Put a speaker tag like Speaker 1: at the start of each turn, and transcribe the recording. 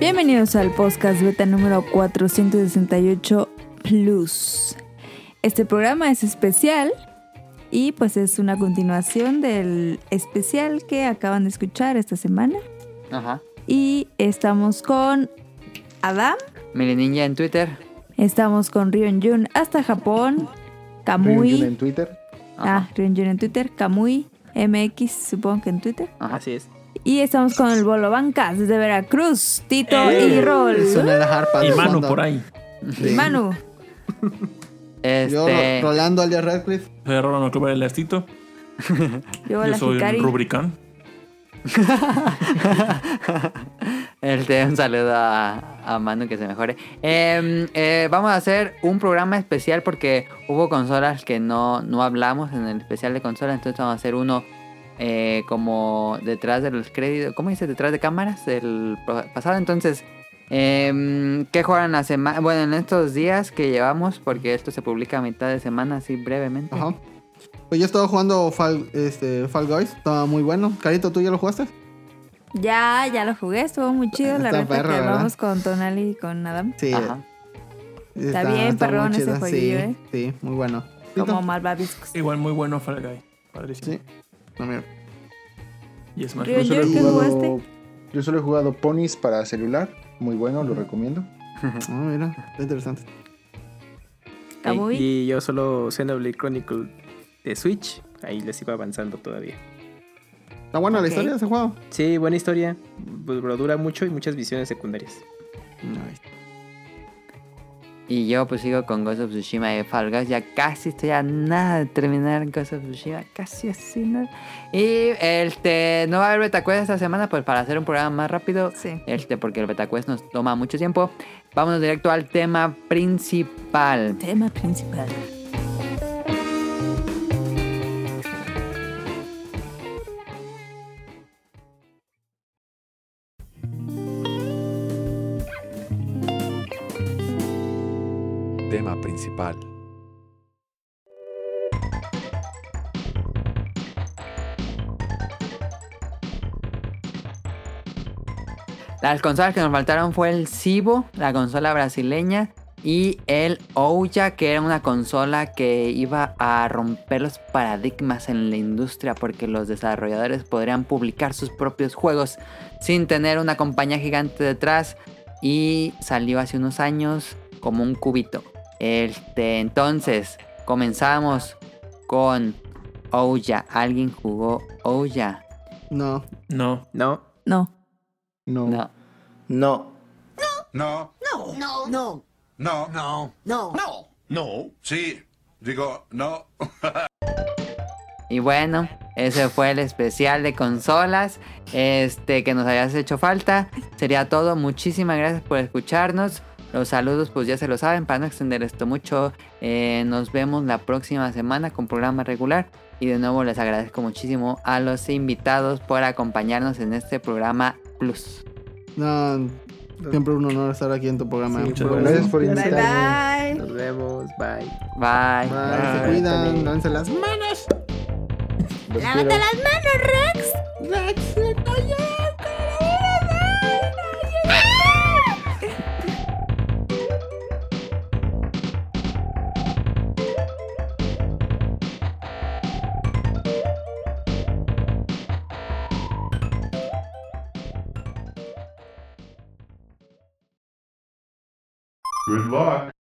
Speaker 1: Bienvenidos al podcast beta número 468 Plus. Este programa es especial y pues es una continuación del especial que acaban de escuchar esta semana.
Speaker 2: Ajá.
Speaker 1: Y estamos con Adam,
Speaker 2: Mire Ninja en Twitter.
Speaker 1: estamos con Ryunjun hasta Japón,
Speaker 3: Ryunjun
Speaker 1: Kamui,
Speaker 3: en Twitter.
Speaker 1: ah,
Speaker 2: Ajá.
Speaker 1: Ryunjun en Twitter, Kamui MX supongo que en Twitter.
Speaker 2: Ajá.
Speaker 4: Así es.
Speaker 1: Y estamos con el Bolo Bancas desde Veracruz, Tito y Rol.
Speaker 3: Suena la harpa.
Speaker 4: Y
Speaker 3: de
Speaker 4: mano
Speaker 3: fondo.
Speaker 4: por ahí.
Speaker 3: Sí.
Speaker 1: Manu,
Speaker 3: Yo,
Speaker 2: Este.
Speaker 3: Ro- Rolando alias Radcliffe.
Speaker 4: Soy Rolando Club del Elastito.
Speaker 1: yo,
Speaker 4: Yo
Speaker 1: la
Speaker 4: soy
Speaker 1: Hikari.
Speaker 4: Rubricán.
Speaker 2: Este, un saludo a, a Manu que se mejore. Em, eh, vamos a hacer un programa especial porque hubo consolas que no, no hablamos en el especial de consolas. Entonces vamos a hacer uno eh, como detrás de los créditos. ¿Cómo dice? Detrás de cámaras del pro- pasado. Entonces, em, ¿qué jugaron la semana? Bueno, en estos días que llevamos, porque esto se publica a mitad de semana, así brevemente.
Speaker 3: Ajá. Pues yo estaba jugando Fall, este, Fall Guys. Estaba muy bueno. Carito, ¿tú ya lo jugaste?
Speaker 1: Ya, ya lo jugué, estuvo muy chido. La
Speaker 3: Está
Speaker 1: reta
Speaker 3: perro,
Speaker 1: que
Speaker 3: ¿verdad?
Speaker 1: vamos con Tonali y con Adam.
Speaker 3: Sí.
Speaker 2: Ajá.
Speaker 3: Está,
Speaker 1: bien
Speaker 3: está
Speaker 1: perrón
Speaker 3: muy
Speaker 1: ese
Speaker 3: chido, Sí,
Speaker 1: jueguillo, ¿eh?
Speaker 3: sí, muy bueno.
Speaker 1: Como
Speaker 3: ¿Tito?
Speaker 1: malvaviscos.
Speaker 4: Igual muy bueno Fall Guy. Padrísimo.
Speaker 3: Sí. No, mira.
Speaker 4: Y es más.
Speaker 1: Yo- yo-
Speaker 5: he
Speaker 1: ¿Qué
Speaker 5: jugado,
Speaker 1: jugaste?
Speaker 5: yo solo he jugado Ponies para celular. Muy bueno, lo recomiendo.
Speaker 3: Ah, mira. Está interesante.
Speaker 1: Kamui.
Speaker 6: Y yo solo Xenoblade Chronicle de Switch. Ahí les sigo avanzando todavía.
Speaker 3: Está buena
Speaker 1: Ok.
Speaker 3: la historia de ese juego.
Speaker 6: Sí, buena historia. bu- Pero dura mucho y muchas visiones secundarias.
Speaker 2: Y yo pues sigo con Ghost of Tsushima y Fall Guys. Ya casi estoy a nada de terminar Ghost of Tsushima. Casi así nada. Y este, no va a haber Betacuest esta semana pues para hacer un programa más rápido.
Speaker 1: Sí.
Speaker 2: Este, porque el Betacuest nos toma mucho tiempo. Vámonos directo al tema principal.
Speaker 1: Tema principal.
Speaker 7: Tema principal.
Speaker 2: Las consolas que nos faltaron fue el Cibo, la consola brasileña, y el Ouya, que era una consola que iba a romper los paradigmas en la industria porque los desarrolladores podrían publicar sus propios juegos sin tener una compañía gigante detrás y salió hace unos años como un cubito. Este, entonces, comenzamos con Ouya. ¿Alguien jugó Ouya?
Speaker 3: No.
Speaker 4: No.
Speaker 6: No,
Speaker 1: No.
Speaker 5: No.
Speaker 2: No.
Speaker 6: no.
Speaker 8: No. No. No. No. No. No. No. No. No. Sí. Digo, no.
Speaker 2: Y bueno, ese fue el especial de consolas. Este que nos hayas hecho falta. Sería todo. Muchísimas gracias por escucharnos. Los saludos, pues ya se lo saben, para no extender esto mucho. eh, nos vemos la próxima semana con programa regular. Y de nuevo les agradezco muchísimo a los invitados por acompañarnos en este programa Plus.
Speaker 3: No. Siempre un honor estar aquí en tu programa.
Speaker 4: Sí, muchas
Speaker 3: Por-
Speaker 4: gracias.
Speaker 5: Gracias por
Speaker 6: Bye,
Speaker 1: Bye
Speaker 5: invitarme.
Speaker 1: bye.
Speaker 6: Nos vemos. Bye.
Speaker 2: Bye.
Speaker 3: Bye, Se
Speaker 4: Bye.
Speaker 3: cuidan. lávense las
Speaker 5: Los
Speaker 1: Ah,
Speaker 5: quiero.
Speaker 1: ¡Ah!
Speaker 9: Good luck.